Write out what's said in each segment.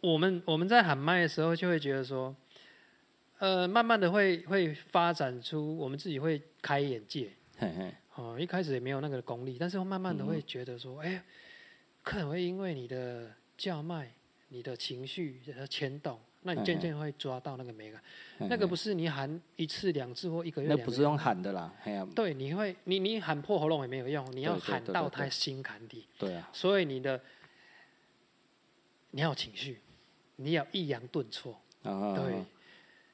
我们我们在喊麦的时候，就会觉得说，呃，慢慢的会会发展出我们自己会开眼界嘿嘿，哦。一开始也没有那个功力，但是慢慢的会觉得说，哎、客人会因为你的叫卖、你的情绪呃牵动，那你渐渐会抓到那个美感。嘿那个嘿不是你喊一次、两次或一个月，哎那两不个是月用喊的啦，嘿呀、对，你会你你喊破喉咙也没有用，你要对对喊对到对他对心坎底。对啊，所以你的你要有情绪，你要抑扬顿挫，啊，对，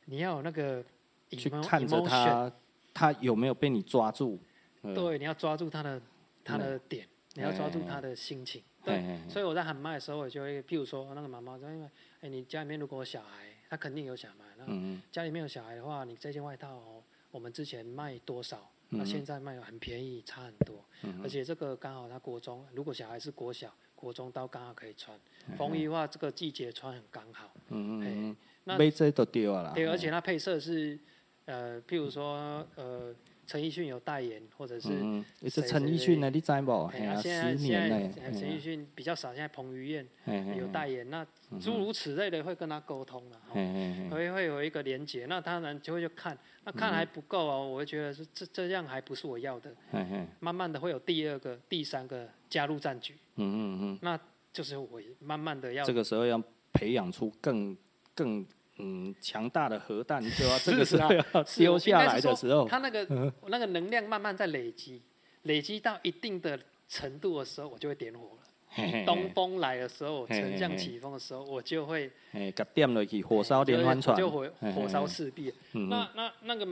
你要有那个 emo, 去看着 emotion，他，他有没有被你抓住？嗯，对，你要抓住他的他的点，你要抓住他的心情。嘿对，嘿嘿所以我在喊麦的时候，我就会，譬如说那个妈妈说，因为哎，你家里面如果有小孩，他肯定有小孩，那嗯家里面有小孩的话，你这件外套哦，我们之前卖多少？嗯那现在卖很便宜，差很多。而且这个刚好他国中，如果小孩是国小、国中到刚好可以穿。风衣的话，这个季节穿很刚好。嗯嘿嗯那嗯，被这都丢了啦。对，而嘿且它配色是，呃，譬如说，呃，陈奕迅有代言，或者是，嗯，也是谁陈谁奕谁迅呢，你知无？哎嘿呀、呀，现在十年现在呢呃，陈奕迅比较少，现在彭于晏嘿哎呀嗯有，代言，那诸如此类的会跟他沟通了、嘿嘿嘿嘿，会会有一个连接，那当然就会就看，那嗯看还不够啊，我会觉得是这这样还不是我要的，嘿嘿，慢慢的会有第二个、第三个加入战局，嗯嗯嗯。那就是我慢慢的要这个时候要培养出更更嗯强大的核弹，就要这个时候要是我丢哦下来应该的是时候嗯说，它那个那个能量慢慢在累积，累积到一定的程度的时候，我就会点火了。嘿嘿东风来的时候，嘿嘿嘿沉降起风的时候，我就会嘿，给点落去，火烧连环船，就会就嘿火嘿火烧四壁。嗯那那那个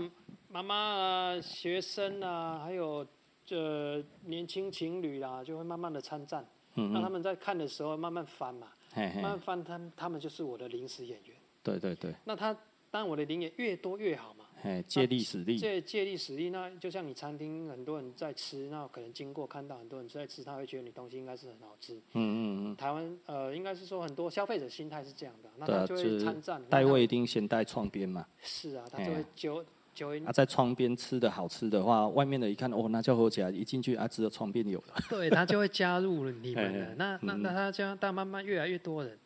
妈妈啊、学生啊，还有呃年轻情侣啊，就会慢慢的参战。嗯那他们在看的时候慢慢翻嘛，嘿嘿慢，慢翻，他们他们就是我的临时演员。对对对，那他当然我的灵演越多越好嘛。嘿，借力使力，啊借借力使力，那就像你餐厅很多人在吃，那可能经过看到很多人在吃，他会觉得你东西应该是很好吃。嗯嗯台湾呃，应该是说很多消费者心态是这样的，那对他啊就就会是参战嗯，。带那他位一定先带窗边嘛，是啊，他哎就呀会揪揪一啊，在窗边吃的好吃的话，外面的一看哦，那叫好起来，一进去啊，只有窗边有的， 对他就会加入你们哎的哎。那那那他这样，但慢慢越来越多人。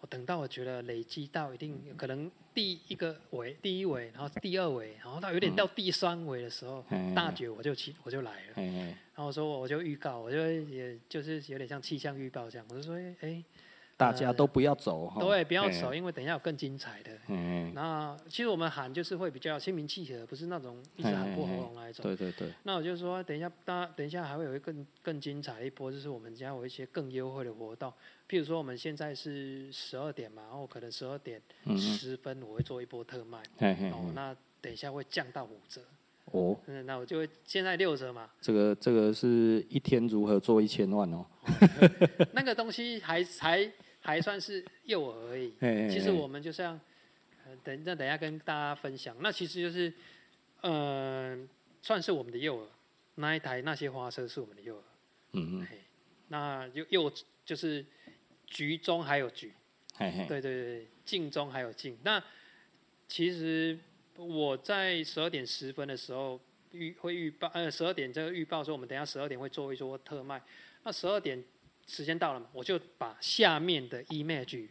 我等到我觉得累积到一定，嗯可能第一个围、第一围，然后第二围，然后到有点到第三围的时候，嗯大绝我就起我就来了。嘿嘿，然后我说我就预告，我就会也就是有点像气象预报这样，我就说哎、大家都不要走哈，呃对，不要嘿走，，因为等一下有更精彩的。嘿嘿，那其实我们喊就是会比较心平气和，不是那种一直喊破喉咙那一种。对对对，那我就说，等一下，大家等一下还会有一个更更精彩一波，就是我们将有一些更优惠的活动，譬如说我们现在是十二点嘛，然后可能十二点嗯嗯，十分我会做一波特卖，嘿嘿，哦嘿，那等一下会降到五折，哦。嗯，那我就会现在六折 嘛，这个这个是一天如何做一千万哦。那个东西还还还算是诱饵而已。嘿其实我们就像，呃、等那等一下跟大家分享，那其实就是，呃，算是我们的诱饵，那一台那些花车是我们的诱饵，嗯嗯，嘿，那又又就是局中还有局，嘿嘿，对对对，镜中还有镜。那其实我在十二点十分的时候预会预报，呃，十二点这个预报说我们等一下十二点会做一桌特卖。那十二点时间到了嘛，我就把下面的 image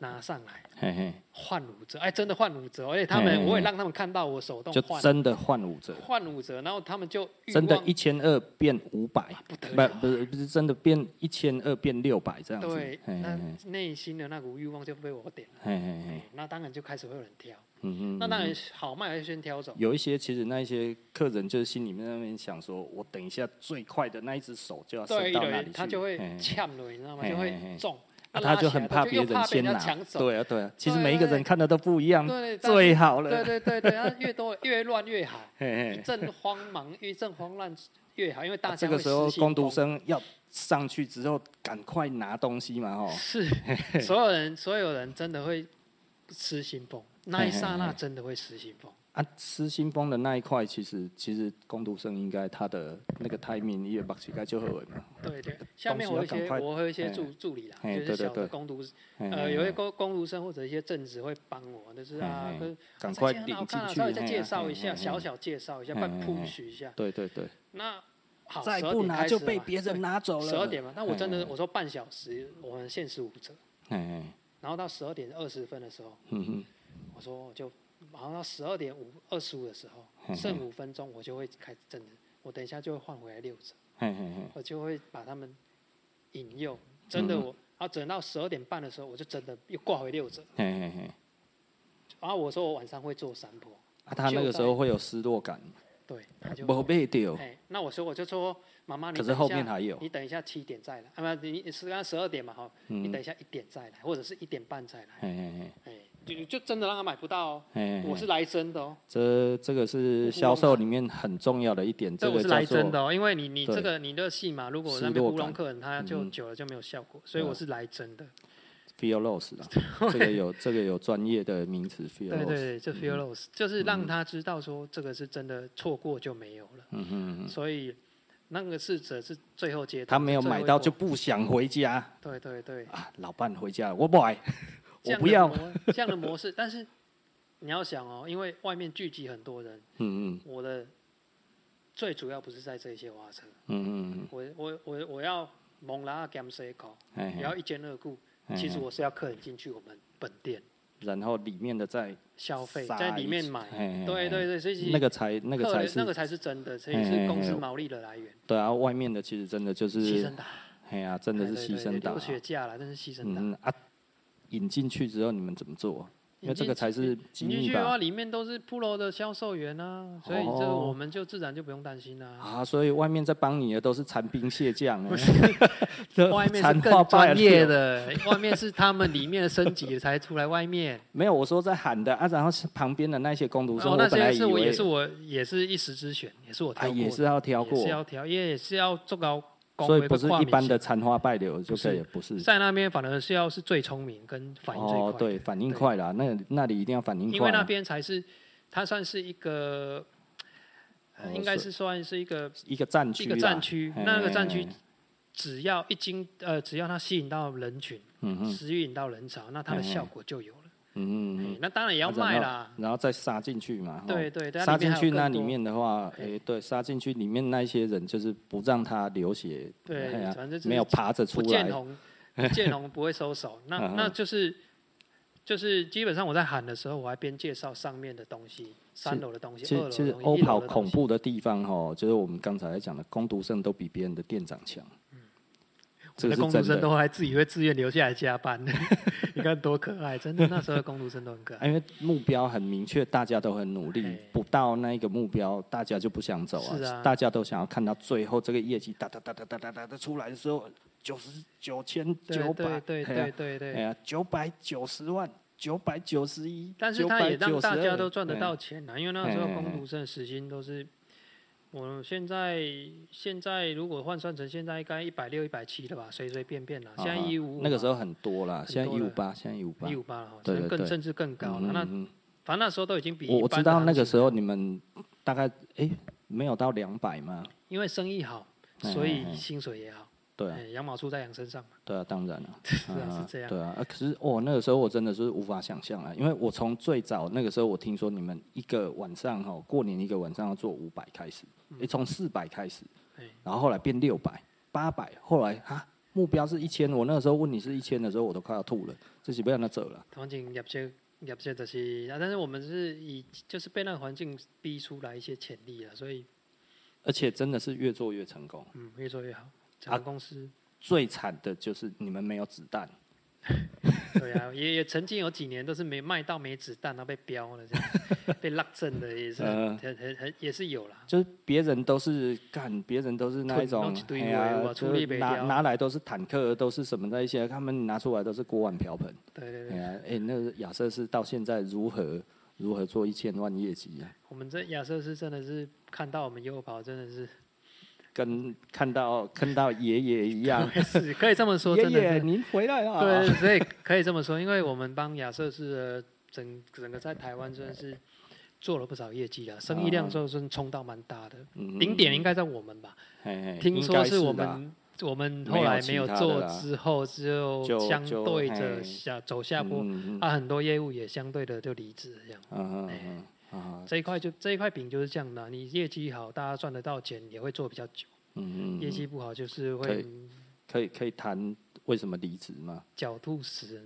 拿上来嘿嘿，换五折，哎，真的换五折，而且他们嗯我也让他们看到我手动就换真的换五折，换五折，然后他们就欲真的望啊一千二变五百，不得了不。不是不是真的变一千二变六百这样子。对，嘿那嘿嘿内心的那股欲望就被我点了，嘿嘿嘿，那当然就开始会有人挑，嗯嗯啊那当然好卖会先挑走。有一些其实那一些客人就是心里面那边想说，我等一下最快的那一只手就要对，伸一到那轮里去，他就会嘿嘿呛了，你知道吗？嘿就嘿会嘿中，啊拉他就起来很怕就别又人怕被先人家拿抢，走，对啊对啊，其实对每一个人看的都不一样，对，但最好对了，对对对，他越多越乱越好，嘿一嘿。阵慌忙一阵慌乱越好，因为大家啊这个会时候失心工读疯生要上去之后，赶快拿东西嘛，吼， 是所有人所有人真的会失心疯，那一刹嘿那嘿真的会失心疯。啊，失心疯的那一块，其实其实工读生应该他的那个 timing 也把膝盖就好了嘛，对对，下面嗯东我有西要一赶些快我会有一些嘿助助理啦，嘿就是对对小的对工读，嘿呃，嘿有一些嘿工工读生或者一些正职会帮我，就是啊嘿，嘿跟赶这快间很好领进看啊去，稍微再嘿啊介绍一下，嘿嘿小小介绍一下，嘿半嘿嘿 push 一下。对对对，那好，再12不哦点拿开就始被嘛别人拿走了。十二点嘛，那我真嘿的嘿我说半小时，我们限时五折，嘿嘿然后到十二点二十分的时候，嗯哼，我说我就好像到十二点五二十五的时候，嗯剩五分钟我就会开始正的，我等一下就会换回来六折，嘿嘿嘿，我就会把他们引诱，真嗯的我，然后整到十二点半的时候，我就真的又挂回六折，嘿嘿嘿。然后我说我晚上会做山坡，啊，他那个时候会有失落感，对，他就不被丢，哎，那我说我就说妈妈，你可是等一后下面还有你等一下七点再来，啊不，你你是刚刚十二点嘛哈，你嗯等，一下一点再来，或者是一点半再来，嘿嘿嘿哎，就你就真的让他买不到哦，嘿嘿，我是来真的哦，这这个是销售里面很重要的一点，这这我个是叫来真做的哦，因为你你对这个你的戏嘛，如果失那边落糊弄感客人，他就嗯久了就没有效果，所以对啊我是来真的， feel loss 啦，这个有这个有专业的名词 feel 对对 loss，对，就 feel loss，就是让他知道说这个是真的错过就没有了，嗯哼嗯哼，所以那个逝者是最后阶段，他没有最后买一到波就不想回家对对对。啊，老伴回家了，我不爱，这样我不的要，模这样的模式，但是你要想哦，因为外面聚集很多人，嗯嗯我的最主要不是在这些花车，嗯嗯我我我我要蒙拉 gam s e 口，嗯，也嘿要嘿一兼二顾。嘿其实嘿我是要客人进去我们本店然后里面的在消费，撒在里面一买，嘿嘿对嘿对对，所以那个才那个客才人那是个才是真的，所嘿以嘿是嘿公司我毛利的来源，对啊，外面的其实真的就牺是牲，打，哎呀，真的是对牺对牲对打流，血价啦，真是牺牲打。嗯啊，引进去之后你们怎么做？因为这个才是机你进密去吧的。话，里面都是 Pro 的销售员啊，所以这个哦我们就自然就不用担心啦、啊，所以外面在帮你的都是残兵蟹将、不 欸，这外面残是化更败了专业。的，哎外面是他们里面的升级才出来外 面。没有，我说在喊的啊，然后是旁边的那些工读生，哦，那本来些以是我为也是我也是一时之选，也是我啊，挑过的，也是要挑过也，是要挑，也是要做到公所维以不是一般的，残花败柳就不是可以了，不是。在那边反而是要是最聪明跟反应最快哦，的，对，反应对快啦，那那里一定要反应快啊。因为那边才是它算是一个，呃哦应该是是算是一个一个战区一啦，个战区，嘿那个战，嘿区嘿只要一经呃只要它吸引到人群，嗯哼，吸引到人潮，那它的嗯嗯效果就有了。嗯嗯哎嗯，那当然也要啊然后卖啦。然后再杀进去嘛。吼对对，但哦杀里面进还有去更那里多面的话，嘿诶，对，杀进去里面那一些人就是不让他流血，对哎呀反正就是没有爬着出不来见，哦红，不见红不会收手。那 嗯哼那就是就是基本上我在喊的时候，我还边介绍上面的东西，三楼的东西，其二实楼其的实东欧西，一楼跑的恐东西。怖的地方哈，就是我们刚才讲的，攻读生都比别人的店长强。嗯我这们个的工是读真生的都，还自己会自愿留下来加班， 你看多可爱！真的，那时候的工读生都很可爱。因为目标很明确，大家都很努力嘿，不到那一个目标，大家就不想走是啊大家都想要看到最后这个业绩哒哒哒哒哒哒哒的出来的时候，九十九千 九对百对，对嘿啊对对哎对，呀，九百九十万，九百九十一，但是他也让992大家都赚哎得到钱啊，因为那时候嘿嘿嘿工读生的时薪都是，我现在现在如果换算成现在应该一百六一百七了吧，随随便便啦。现在啊哈一五那个时候很多啦，很现在多一了五八，现在一五八一。五八了哈，对对更对甚至更高了。嗯那嗯嗯反正那时候都已经比我一我般知的道行那个情时候你们大概哎没有到两百嘛，因为生意好，哎所哎以哎薪水也好。对啊哎羊毛出在羊身上嘛。对啊，当然了，啊啊 是这样对啊。啊可是哦，那个时候我真的是无法想象啊，因为我从最早那个时候我听说你们一个晚上哈，过年一个晚上要做五百开始，嗯哎从四百开始哎，然后后来变六百、八百，后来哈目标是一千，我那个时候问你是一千的时候，我都快要吐了，自己不让他走了。环境业些业些就是啊，但是我们是以就是被那个环境逼出来一些潜力啊，所以而且真的是越做越成功。嗯，越做越好。啊整个公司、最惨的就是你们没有子弹，对啊，也也曾经有几年都是没卖到没子弹，然后被标了这样，被落正的也 是很呃很很很也是有啦。就是别人都是干，别人都是那一囤种弄一，堆哎呀有啊就处理是不拿掉拿来都是坦克，都是什么那一些，他们拿出来都是锅碗瓢盆。对对哎对，呀，哎，那个亚瑟士到现在如何如何做一千万业绩啊？我们这亚瑟士真的是看到我们优跑真的是，跟看到看到爷爷一样 是可以这么说，爷真的爷是。您回来了对，啊。所以可以这么说，因为我们帮亚瑟士的整整个在台湾真的是做了不少业绩啊，生意量算是冲到蛮大的，哦嗯顶点应该在我们吧？嘿嘿听应说该是是我啦们我们后来没有做之后，就就相对就着嘿下走下坡，嗯嗯啊，很多业务也相对的就离职这样。嗯哎嗯嗯啊这一块就这一块饼就是这样的啊、你业绩好，大家赚得到钱，也会做比较久；嗯嗯业嗯，绩不好，就是可会以可以可以谈为什么离职吗？狡兔死人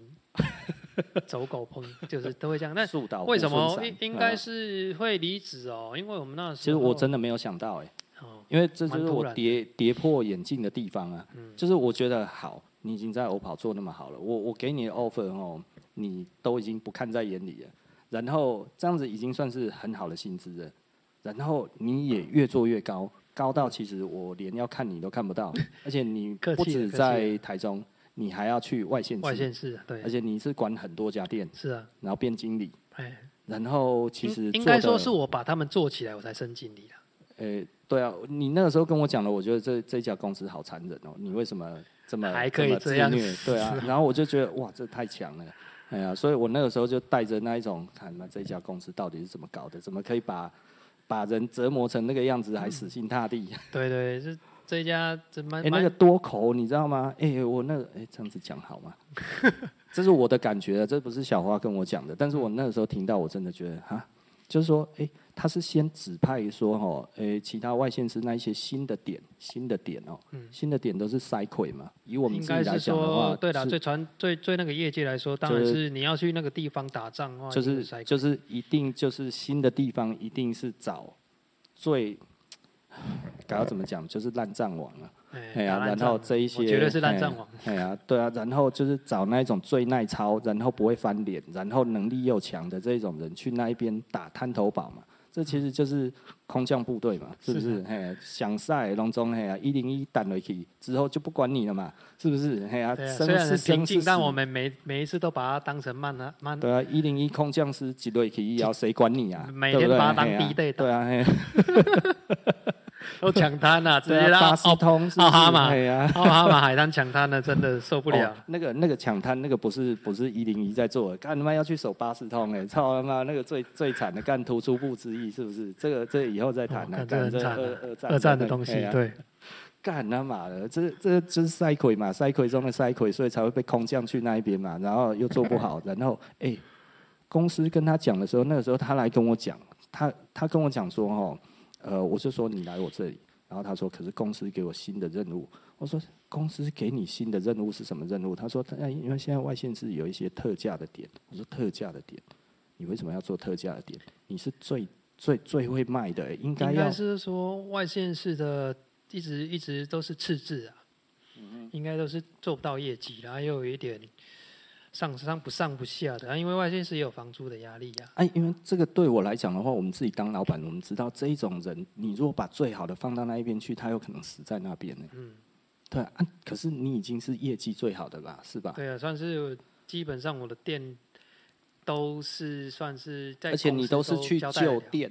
走狗烹，就是都会这样。 那树倒为什猢狲么散应应该嗯是会离职哦？因为我们那时候其实我真的没有想到哎、哦，因为这就蛮是突我然的跌跌破眼镜的地方啊。嗯就是我觉得好，你已经在欧跑做那么好了，我我给你的 offer 哦，你都已经不看在眼里了，然后这样子已经算是很好的薪资了，然后你也越做越高，高到其实我连要看你都看不到，而且你 客不气了止客气在台中，你还要去外县外市，县市啊对而，且你是管很多家店，是啊，然后变经理，哎，然后其实应应做该的说是我把他们做起来，我才升经理 啦。诶、对啊，你那个时候跟我讲了，我觉得这这家公司好残忍哦，你为什么这么还可以么自这样虐？对啊是，然后我就觉得哇，这太强了。哎呀，所以我那个时候就带着那一种，看那这家公司到底是怎么搞的，怎么可以把把人折磨成那个样子，还死心塌地？对对，这这一家这蛮哎、那个蛮多口，你知道吗？哎、我那个哎、这样子讲 好吗？这是我的感觉，啊这不是小花跟我讲的。但是我那个时候听到，我真 的觉得哈，就是说，哎、他是先指派说，哦，哎、其他外县市那一些新的点，新的点哦，新的点都是塞溃嘛。以我们嗯应自己来该是讲的话说，，对啦，是最传最最那个业界来说，当然就是是你要去那个地方打仗的话，就一定是塞就港是一定就是新的地方，一定是找最，该要怎么讲，就是烂仗王啊。哎哎呀打烂然仗后这一我些绝对是烂哎仗王，哎呀，对啊，然后就是找那一种最耐操，然后不会翻脸，然后能力又强的这一种人去那一边打滩头堡嘛。这其实就是空降部队嗯嘛，是不是？嘿，想赛隆中嘿啊，一零一弹回去之后就不管你了嘛，是不是？嘿啊，对啊，生虽然是很平生静是，但死我们每每一次都把它当成慢啊慢对啊，一零一空降师几队以要谁管你啊？每对不天对把它嘿当啊敌对打对啊，嘿，都抢滩了，直 对接啊，让巴斯奥通是不奥哈是嘛嘿啊，奥哈哦马海滩抢滩了，真的受不了哦。那个那个抢滩那个不是不是一零一在做的，干他妈要去守巴士通哎、操他妈那个最最惨的干突出部之役是不是？这个这个以后再谈哦啊，看这干很这惨二啊二战二战的东西哎，呀对，干他妈的，这这就是塞魁嘛，塞魁中的塞魁，所以才会被空降去那一边嘛，然后又做不好，然后 哎、公司跟他讲的时候，那个时候他来跟我讲，他他跟我讲说哦，呃，我就说你来我这里，然后他说可是公司给我新的任务，我说公司给你新的任务是什么任务？他说他因为现在外县市有一些特价的点，我说特价的点，你为什么要做特价的点？你是最最最会卖的、欸应该应要该是说外县市的一直一直都是赤字啊，嗯应该都是做不到业绩，然后又有一点上上不上不下的，啊因为外县市也有房租的压力啊。哎，因为这个对我来讲的话，我们自己当老板，我们知道这一种人，你如果把最好的放到那一边去，他有可能死在那边呢。嗯，对啊，啊可是你已经是业绩最好的啦，是吧？对啊，算是基本上我的店都是算是在，而且你都都是去交代得救了店，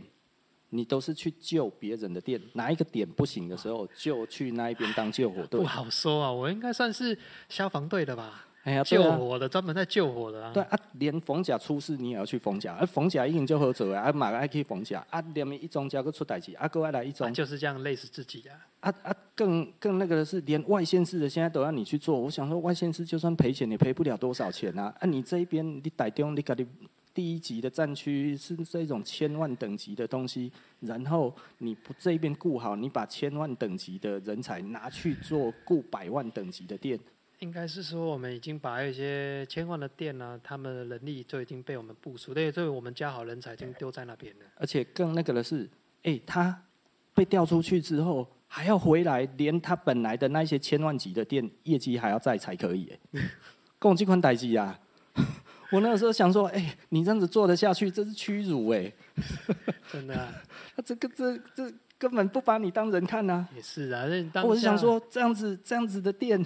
你都是去救别人的店，哪一个点不行的时候，就去那一边当救火队不。好说啊，我应该算是消防队的吧，哎呀，对救啊。火的，专门在救火的啊。对啊，连冯甲出事你也要去冯甲，啊冯甲一定就喝酒啊，啊马上去冯甲，啊连一中家个出代志，啊哥来一中啊，就是这样累死自己啊！啊啊，更更那个的是，连外县市的现在都要你去做。我想说，外县市就算赔钱，也赔不了多少钱啊！啊，你这一边你逮中你搞的第一级的战区是这种千万等级的东西，然后你不这一边顾好，你把千万等级的人才拿去做顾百万等级的店，应该是说，我们已经把一些千万的店啊，他们的能力就已经被我们部署，对，对我们加好人才已经丢在那边了。而且更那个的是，哎、他被调出去之后还要回来，连他本来的那些千万级的店业绩还要在才可以、 哎，跟我这款代机啊！我那个时候想说，哎、你这样子做得下去，这是屈辱哎、真的、啊、他这个这这根本不把你当人看呐、也是啊，那当哦我是想下，说，这样子这样子的店，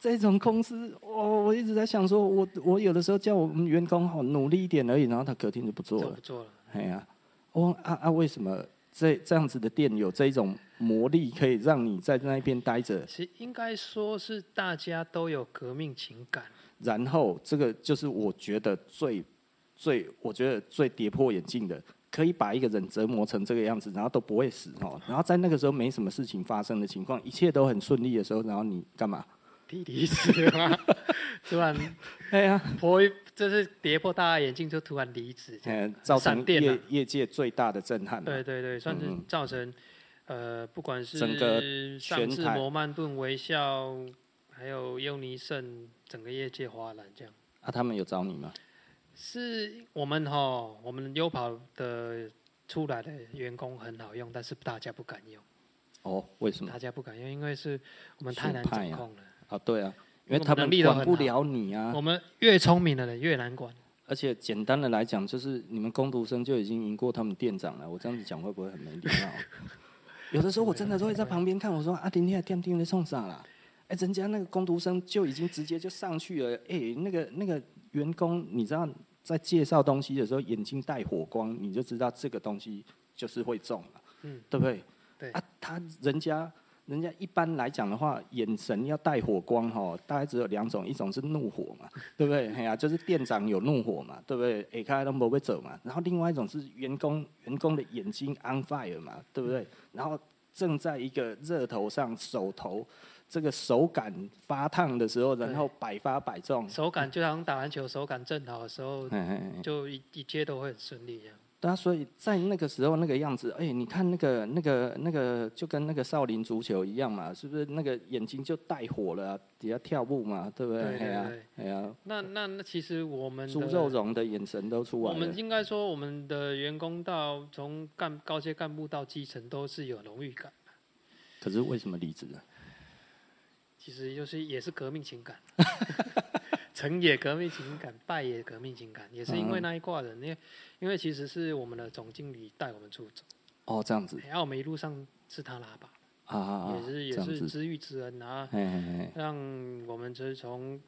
这种公司，哦，我一直在想说，我我有的时候叫我们员工好哦努力一点而已，然后他隔天就不做做了不。做了？哎呀、我问啊啊，为什么这这样子的店有这种魔力，可以让你在那边待着？其实应该说是大家都有革命情感，然后这个就是我觉得最最，我觉得最跌破眼镜的，可以把一个人折磨成这个样子，然后都不会死哦。然后在那个时候没什么事情发生的情况，一切都很顺利的时候，然后你干嘛？提离职嘛， 突然哎呀、破一，就是跌破大家眼镜，就突然离职这样。嗯，造成闪电啊业业界最大的震撼嘛。对对对，算是嗯嗯造成呃，不管是整个上全至台摩曼顿微笑，还有尤尼圣，整个业界哗然这样。啊，他们有找你吗？是我们哈，我们优跑的出来的员工很好用，但是大家不敢用，哦，为什么？大家不敢用，因为是我们太难树派掌啊控了。啊，对啊，因为我们他们能力都管很不好了你啊。我们越聪明的人越难管。而且简单的来讲，就是你们工读生就已经赢过他们店长了。我这样子讲会不会很没礼貌？有的时候我真的都会在旁边看，我说啊，今天的店定在冲啥啦？哎、人家那个工读生就已经直接就上去了。哎、那个那个员工，你知道在介绍东西的时候眼睛带火光，你就知道这个东西就是会中了，嗯对不对？对啊，他人家人家一般来讲的话，眼神要带火光哈，大概只有两种，一种是怒火 嘛，对不对？哎呀、就是店长有怒火嘛，对不对？哎，开都不会走嘛。然后另外一种是员工，员工的眼睛 on fire 嘛，对嗯不对？然后正在一个热头上，手头这个手感发烫的时候，对然后百发百中。手感就好像打篮球手感正好的时候，嘿嘿嘿就一一切都会很顺利一样。对啊，所以在那个时候那个样子，哎、你看那个那个那个，就跟那个少林足球一样嘛，是不是？那个眼睛就带火了啊、底下跳舞嘛，对不对？对对哎呀对，哎呀，那那那其实我们猪的肉蓉的眼神都出我来了们。应该说我们的员工到从干高阶干部到基层都是有荣誉感，可是为什么离职啊呢？其实就是也是革命情感， 成也革命情感，败也革命情感，也是因为嗯那一挂人，因为因为其实是我们的总经理带我们出走，哦，这样子然后我们一路上是他拉拔，啊啊，啊也是这也样是子，知遇之恩啊，嘿嘿嘿，让我们就是从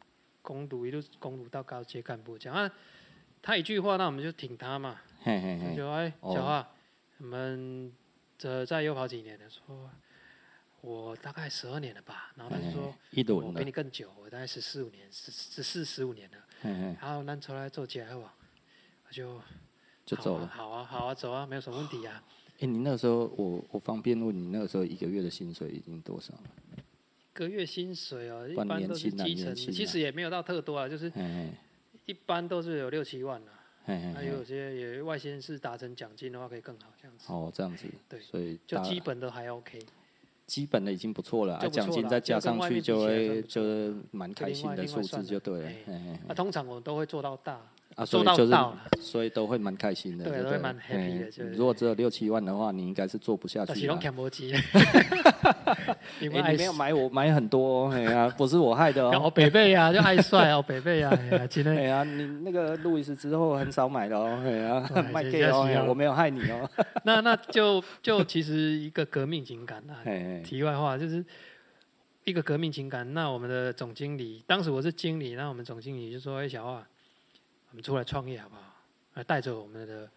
攻读一路攻读到高阶干部讲啊，他一句话，那我们就挺他嘛，嘿嘿嘿，就哎哦小啊，我们这再又跑几年了，说我大概十二年了吧，然后他就说嘿一我轮比的你，更久，我大概十四五年，十十四十五年了，嘿嘿，然后咱出来做家伙，我就就走了。好啊，好啊，好啊，走啊，没有什么问题啊，哎、你那个时候，我我方便问你，那个时候一个月的薪水已经多少了？一个月薪水哦，一不然般年都是薪啊基年层的，薪其啊实也没有到特多啊，就是嘿嘿一般都是有六七万了。啊嘿嘿还嘿有，些也外县市达成奖金的话，可以更好这样子，哦，这样子，对所以就大基本都还 OK。基本的已经不错了，就啊不错奖、金了再加就跟上外去面比就起来会算不错就是蛮开另心外的另外数字算就对了，哎嘿嘿那、通常我都会做到大，啊，做所以到就是到了，所以都会蛮开心的，对不都会蛮 happy 的哎就是如果只有六七万的话，你应该是做不下但去是了用。砍摩 机，你们哎，爱你没有买我买很多、哦，哎呀，不是我害的哦搞。北贝啊，就爱帅啊，北贝啊，哎呀今哎天呀，你那个路易斯之后很少买了哦，哎对 呀，卖人 gay 家哦，需哎要呀我没有害你 哦， 那那就就其实一个革命情感啊。哎，题外话就是一个革命情感。那我们的总经理，当时我是经理，那我们总经理就说：“哎、小华，我们出来创业好不好？”啊，带着我们的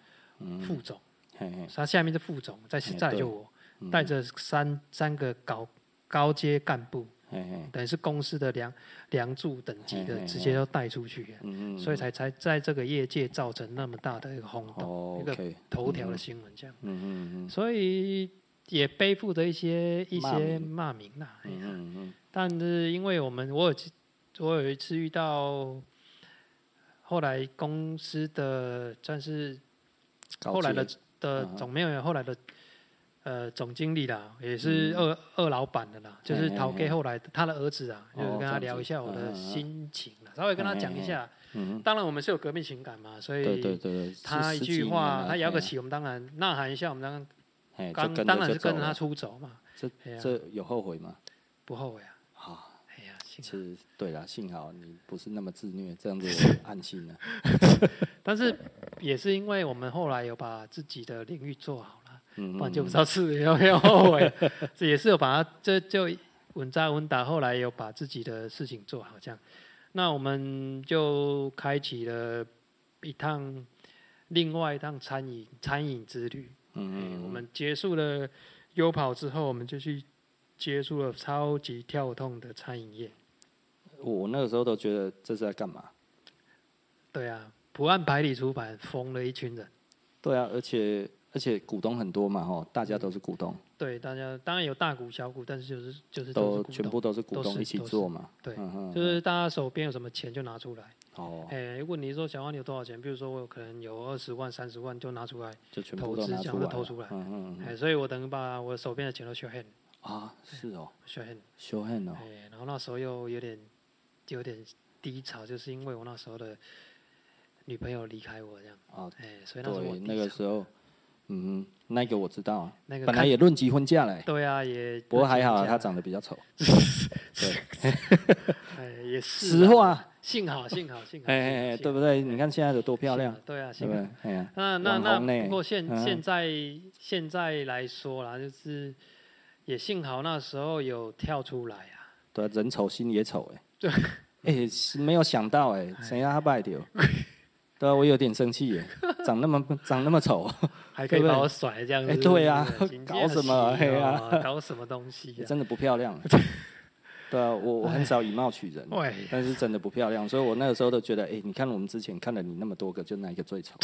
副总。嘿嘿，他下面是副总，再嗯哎再来对就我，带着三三个高高阶干部，嘿嘿，等于是公司的梁梁柱等级哎哎的，哎直接都带出去了，嗯嗯，所以才才在这个业界造成那么大的一个轰动，哦一个，OK，头条的新闻这样，嗯嗯嗯所以也背负着一些一骂些名骂名呐、哎嗯嗯嗯，但是因为我们我有我有一次遇到。后来公司的算是高后来的阶的嗯哼总没有后来的呃总经理啦，也是二、二老板的啦，就是嗯嘿嘿陶嘿 K 后来他的儿子啊，哦就是跟这他样子聊一下我嗯嗯的嗯心情啦，稍微跟他讲一下。嗯嗯，当然我们是有革命情感嘛，所对对以对对，他是一十句几年话了他摇个哎旗，我们当然呐喊一下，我们当然哎，就刚跟当着然就是跟着走他了出走嘛，这哎呀这有后悔吗？不后悔啊。啊，哎呀，幸好是对啦，幸好你不是那么自虐，这样子 我安心了。但是也是因为我们后来有把自己的领域做好了。嗯，不然嗯就不知道是要不 要后悔。这也是有把它这就稳扎稳打，后来有把自己的事情做好这样。那我们就开启了一趟另外一趟餐饮餐饮之旅。嗯哎嗯，我们结束了优跑之后，我们就去接触了超级跳动的餐饮业。我那个时候都觉得这是在干嘛？对啊，不按牌理出牌，疯了一群人。对啊，而且而且股东很多嘛，吼，大家都是股东，对，大家当然有大股小股，但是就是就是嗯都是都股全东，部都是股都东是一起都是做嘛。对嗯嗯，就是大家手边有什么钱就拿出来。哦，哎、问你说小花你有多少钱？比如说我有可能有二十万、三十万，就拿出来。就全部投都资拿全出部来投了出来嗯嗯哎、嗯，所以我等于把我手边的钱都 short hand 啊，是哦， short hand。修汉哦，哎，然后那时候又有点有点低潮，就是因为我那时候的女朋友离开我这样。哦，哎、所以那时候我对，低那个潮时候，嗯，那个我知道啊，那个本来看也论及婚嫁嘞，对啊，也不过还好啊，啊，他长得比较丑。哎也是实啊话，幸好幸好幸好，哎哎哎，幸对好不对？你看现在的多漂亮，，幸好对啊，对幸不好对。？哎呀，那那网红那，呢不过现嗯现在现在来说啦，就是也幸好那时候有跳出来啊，对啊，人丑心也丑哎。对 哎，是没有想到哎，谁让他败 掉？对啊，我有点生气耶，长那么长那么 丑，还可以对不对把我甩这样子。哎对啊是不是 搞什真么的是嘿啊哦 搞什么东西 啊？真的不漂亮啊。对啊，我我很少以貌取人，喂，但是真的不漂亮，所以我那个时候都觉得，哎，你看我们之前看了你那么多个，就那一个最丑。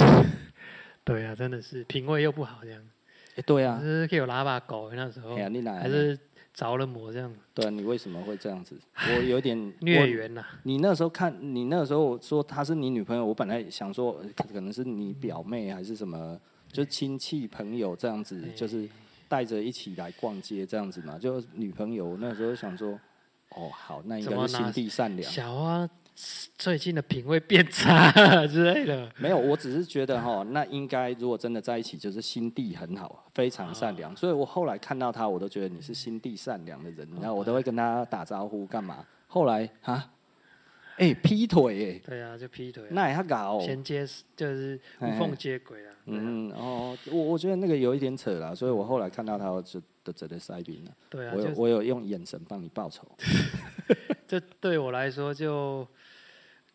对啊，真的是品味又不好这样，哎，对啊就，是可以有喇叭狗那时候哎，呀，你哪还是着了魔这样，对啊，你为什么会这样子？我有点孽缘呐。你那时候看，你那时候说她是你女朋友，我本来想说呃可能是你表妹还是什么，就亲戚朋友这样子，就是带着一起来逛街这样子嘛。就女朋友我那时候想说，哦，好，那应怎么该是拿心地善良。小花最近的品味变差了之类的，没有，我只是觉得哈，那应该如果真的在一起，就是心地很好，非常善哦良。所以我后来看到她，我都觉得你是心地善良的人，然后我都会跟她打招呼干嘛。后来啊，哎、劈腿哎、对啊，就劈腿啊，那也他搞、衔接就是无缝接轨啊。对啊哦嗯，哦，我我觉得那个有一点扯啦，所以我后来看到他，我就都觉得塞宾了。对啊，我就有是我有用眼神帮你报仇。这对我来说就，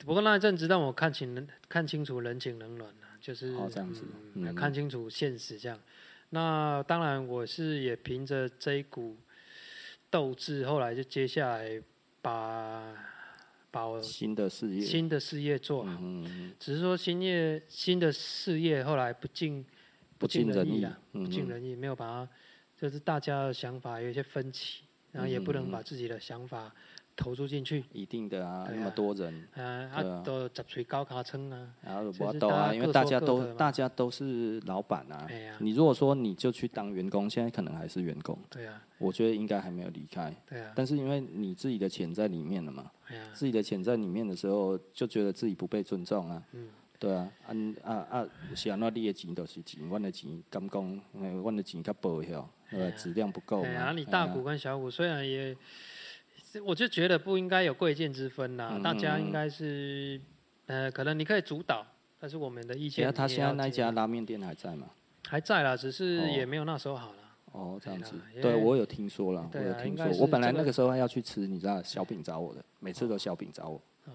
不过那一阵子让我看清看清楚人情冷暖啊，就是、哦这样子嗯嗯看清楚现实这样。那当然，我是也凭着这一股斗志，后来就接下来把把我新的事业，新的事业做好。嗯，只是说新业新的事业后来不尽不尽人意意啊，，嗯不尽人意，没有把它就是大家的想法有一些分歧，然后也不嗯能把自己的想法投注进去。一定的啊，对啊那么多人，啊，对啊啊，都十锤高卡称啊，然后就是我都大啊，家因各说为大各家的都嘛大家都是老板啊哎。呀，你如果说你就去当员工，现在可能还是员工，对啊，我觉得应该还没有离开。对啊，但是因为你自己的钱在里面了嘛，哎呀，自己的潜在里面的时候，就觉得自己不被尊重啊。嗯对啊，啊啊啊，是安怎你的钱就是钱，阮的钱敢讲，呃阮的钱较薄晓，哎呃，呀质量不够嘛。哎呀，你哎大呀股跟小股虽然也，我就觉得不应该有贵贱之分啦，嗯大家嗯应该是，呃，可能你可以主导，但是我们的意哎见呀你他也现在要那一接纳家拉面店还在嘛？还在啦，只是哦也没有那时候好了。哦，这样对啦子，因对为我有听说啦，我对啊有听应说该。是我本来这个那个时候要去吃，你知道，小饼找我的，每次都小饼找哦我。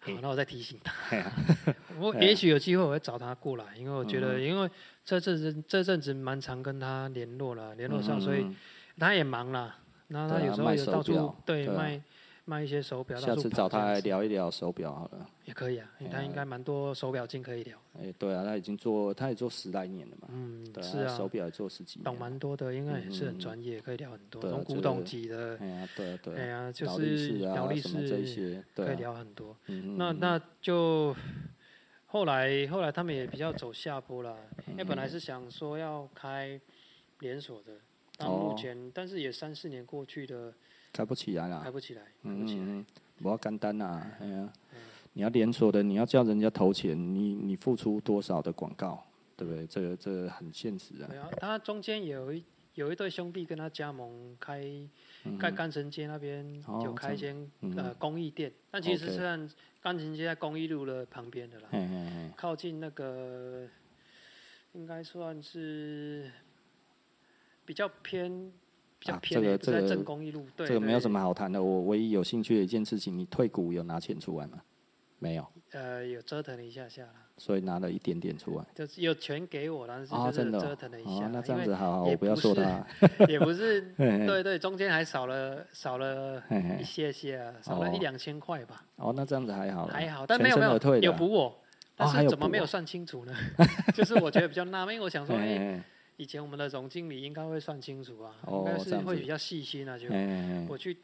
好，那我再提醒他。啊 我也许有机会我会找他过来，因为我觉嗯得，因为这阵子这阵子蛮常跟他联络了，联络上，所以嗯他也忙啦。那他对啊有时候卖也手到处表对对啊卖卖一些手表，嗯下到次处找跑这他来样子聊一聊手表好了。也可以啊哎，呀他应该蛮多手表精可以聊。哎，对啊，他已经做，他也做十来年了嘛。嗯，对是啊，啊手，表也做十几懂年。蛮多的，应该也是嗯嗯很嗯专业，可以聊很多，对啊从古这董个级的，哎呀，对啊，哎对啊，呀，就劳力是士啊，劳力什么这一士些，对可以啊。聊很多。嗯嗯那嗯那就后来后来他们也比较走下坡了，嗯因为本来是想说要开连锁的，到目哦前、但是也三四年过去的开不起来啦。开不起来，开不起来。啊嗯嗯，不要简单啦、哎呀、你要连锁的，你要叫人家投钱，你你付出多少的广告，对不对？这个这个很现实啊对。啊，他中间有一有一对兄弟跟他加盟开，在甘城街那边嗯哦嗯有开一间、呃公益店，但其实 OK 虽然甘城街在公益路的旁边的啦，嘿嘿嘿，靠近那个，应该算是比较偏，比较啊偏、这个欸不是在这个正公益路，对，这个没有什么，么好谈的。我唯一有兴趣的一件事情，你退股有拿钱出来吗？没有，呃，有折腾了一下下啦，所以拿了一点点出来。就是有权给我，但是就哦，是真的折哦腾了一下啦，啊哦，那这样因子嗯好好，也我不要不说是 他。为也不 是，嘿嘿，对对，中间还少了少了嘿嘿 一些些啊，少了嗯哦一两千块吧，哦，那这样子还好啦，还好，但全没有身没而退有的有啊补我。但还是有怎么补没有哦算清楚 呢？就是我觉得比较纳闷，因为我想嘿 说，哎、嘿以前我们的总经理应该会算清楚啊，哦应该这是样子会比较细心啊。就嘿嘿嘿我去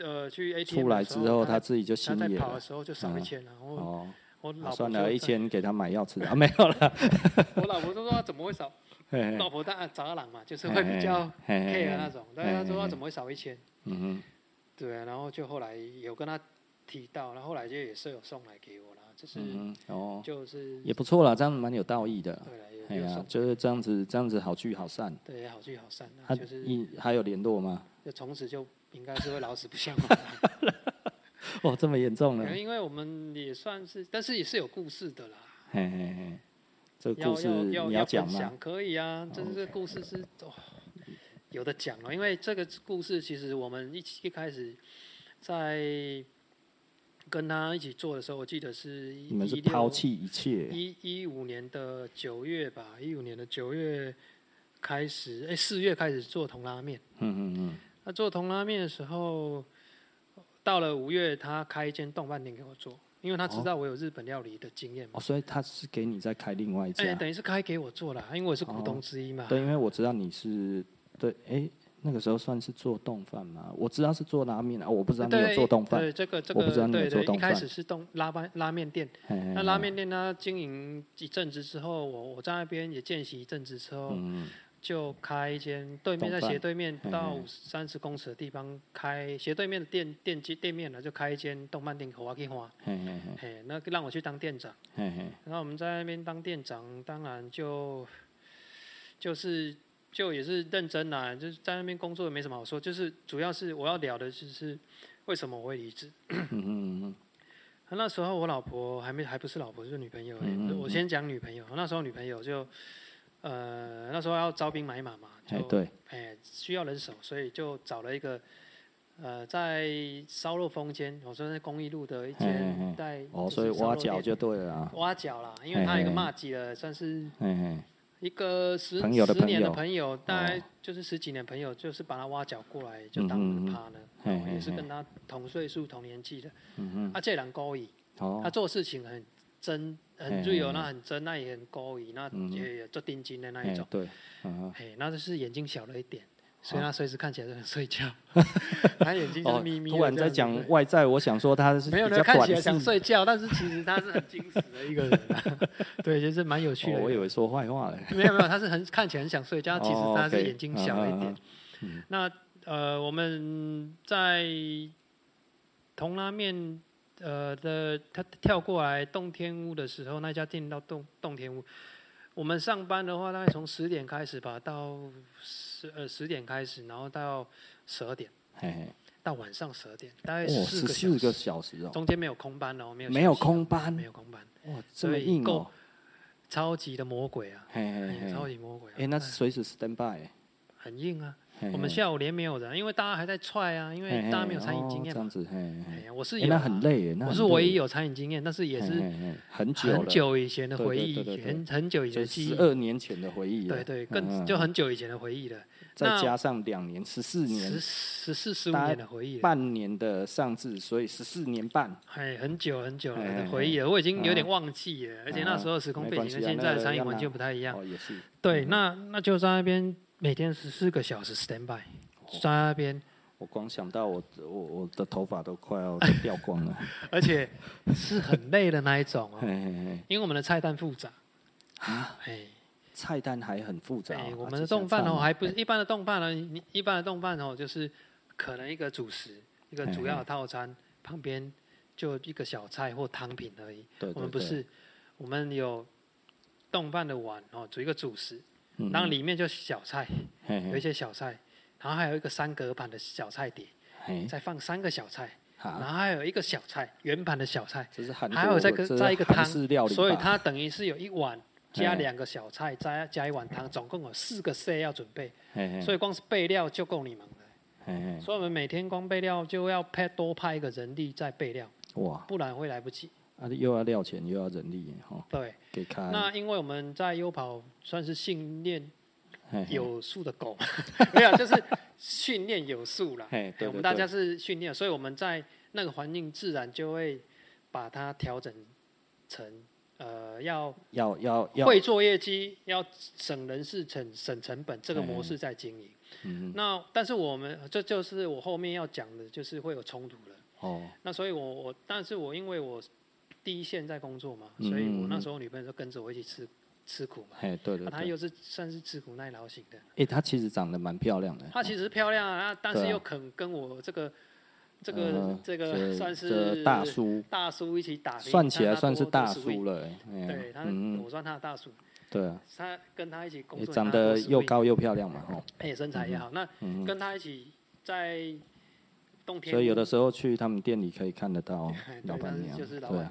呃去 ATM 哎嗯出来之后他他自己就他心在野跑了的。时候就少一嗯千啊。我哦，我啊老婆算就了，一在，千给他买药吃啊，没有了。 我老婆就说她怎么会少？嘿 嘿老婆当然杂郎嘛，就是嗯会比较 嘿嗯嘿嘿 care 嘿那种，但嘿是她嘿说她嘿怎么会少一千？嗯哼，对啊，然后就后来有跟她提到，然后后来就也是有送来给我啦，就是、嗯哼，哦，就是也不错啦，这样蛮有道义的啦。对了，哎也有呀、送，就是这样子，这样子好聚好散。对，也好聚好散啊，他就是一还有联络吗？就从此就应该是会老死不相往来，哦，这么严重可 了？能因为我们也算是，但是也是有故事的啦。嘿嘿嘿，这个要故事要要你要讲分吗？享可以啊，这这 OK 故事是哦，有的讲哦，因为这个故事其实我们一起一开始在跟他一起做的时候，我记得是一你们是16抛弃一切，一一五年的九月吧，一五年的九月开始，哎，四月开始做铜拉面。嗯嗯嗯，那做铜拉面的时候，到了五月，他开一间动漫店给我做，因为他知道我有日本料理的经验嘛。哦，所以他是给你再开另外一家哎、，等于是开给我做了，因为我是股东之一嘛。对，因为我知道你是对，哎、那个时候算是做冻饭嘛，我知道是做拉面啊，我不知道你有对做冻饭，对，这个这我不知道个，你有对做对，冻一开饭哎始是动拉班拉面店，嘿嘿那拉面店它经营一阵子之后，我我在那边也见习一阵子之后，嗯，就开一间对面懂在吧斜对面嘿不到嘿三十公尺的地方开斜对面的店店街店面了，啊就开一间动漫店给我去花，嘿嘿嘿嘿，那让我去当店长。嘿嘿，然后我们在那边当店长，当然就就是就也是认真啦、就是在那边工作也没什么好说，就是主要是我要聊的就是为什么我会离职。嗯嗯嗯啊那时候我老婆还没还不是老婆，就是女朋友而已、嗯嗯嗯我先讲女朋友，那时候女朋友就呃那时候要招兵买马嘛，嗯，哎就对，哎，需要人手，所以就找了一个，呃，在烧肉风间，我说在公益路的一嘿嘿间嘿在哦，就是所以烧挖肉角店就对了啊，挖角啦，因为他有一个嘿嘿嘿骂级的，算是嘿嘿，一个十朋友的十年的朋友朋友，哦大概就是十几年朋友，就是把他挖角过来，就当嗯嗯嗯他呢，嘿哦嘿也是嘿跟他同岁数同年纪的，嗯嗯，啊，这人高义，他哦，做事情很真，嘿很嘿自由，嘿那很真，那也很高义，那嗯嗯也有做定金的那一哎种。对，嗯嗯，嘿，那就是眼睛小了一点，所以啊他随时看起来就很睡 觉，他眼睛就是哦眯，眯的这样子。突然在讲对外在，我想说他是没有比人较看管起来想事，睡觉，但是其实他是很精实的一个人、 啊，对，就是蛮有趣的哦一个我以人。为说坏话嘞， 没有没有，他是很看起来很想睡觉，其实哦他是 OK，眼睛小了一点。嗯嗯嗯那呃，我们在同拉面呃的他跳过来洞天屋的时候，那家店到洞洞天屋。我们上班的话，大概从十点开始吧，到十呃十点开始，然后到十二点，嘿嘿，到晚上十二点，大概哦，四十个四小时，个小时哦，中间没有空班哦，没有没有休息哦空班没有空班，哇，这所么以硬够哦，超级的魔鬼啊，嘿嘿哎超嘿，级魔鬼啊，哎，那是随时 stand by，哎很硬啊。嘿我们嘿下午连没有人，因为大家还在踹啊，因为嘿嘿大家没有餐饮哦经验这嘛样。子，嘿嘿哎嘿，呀，我是欸有那啊，很累耶，那我很是唯累欸一有餐饮经验，但是也嘿是嘿嘿很久很了，久以前的对回对忆，对对对很很久以前就的记十忆，二年前的回忆了，对对，嗯更嗯就很久以前的回忆了，再那加上两年，十四十年十四十五大概年的回忆了，半年的上至，所以十四年半，哎，很久很久哎了哎的回忆了，我已经有点啊忘记了，而且啊那时候时空没背关景跟系啊现那在个的餐饮要环拿境不太一样。哦，也是，对，嗯那那就在那边每天十四个小时 stand by，在哦那边，我光想到我我我的头发都快 要掉光了，而且是很累的那一种哦嘿，嘿嘿，因为我们的菜单复杂，啊，哎。菜单还很复杂哎、哦，我啊们的这冻饭像哦，菜还不是一般的冻饭呢。你一般的冻饭哦，就是可能一个主食，一个主要的套哎餐，旁边就一个小菜或汤品而已。对，对我们不，对是，我们有冻饭的碗哦，煮一个主食，嗯哎然后里面就小菜，嘿有一嘿些小菜，然后还有一个三格盘的小菜碟，嘿，再放三个小菜，然好，后还有一个小菜圆盘的小菜，这是韩国，还有再跟这是再一个韩汤式料理吧，所以它等于是有一碗。加哎两个小菜，嗯加加一碗汤，总共有四个 set 要准备。嘿嘿，所以光是备料就够你忙的。嘿嘿，所以我们每天光备料就要派多派一个人力在备料，哇，不然会来不及。啊，又要料钱又要人力哈，哦对，给开，那因为我们在优跑算是训练嗯嘿嘿有素的 狗，没有，就是训练有素啦。嘿，对哎我对们大对家是训练，所以我们在那个环境自然就会把它调整成呃要要要要，会做业绩，要省人事、省省成本这个模式在经营。哎嗯那但是我们这就是我后面要讲的，就是会有冲突了。哦，那所以我我，但是我因为我第一线在工作嘛，嗯所以我嗯那嗯时候女朋友就跟着我一起吃吃苦嘛。嘿，对对那她对，又是算是吃苦耐劳型的，哎，她其实长得蛮漂亮的，她其实漂亮啊，啊但是对啊又肯跟我这个这个、呃这这个算是这大叔，大叔一起打拼，算起来他算是多多大 sweet 叔了、欸，哎呀对他，嗯，我算他的大叔，对啊，他跟他一起工也作，长他多得又 sweet，高又漂亮嘛，哦吼，哎，身材也好。那嗯，跟他一起在洞天，所以有的时候去他们店里可以看得到 哎对老板但是娘，就是老板对啊，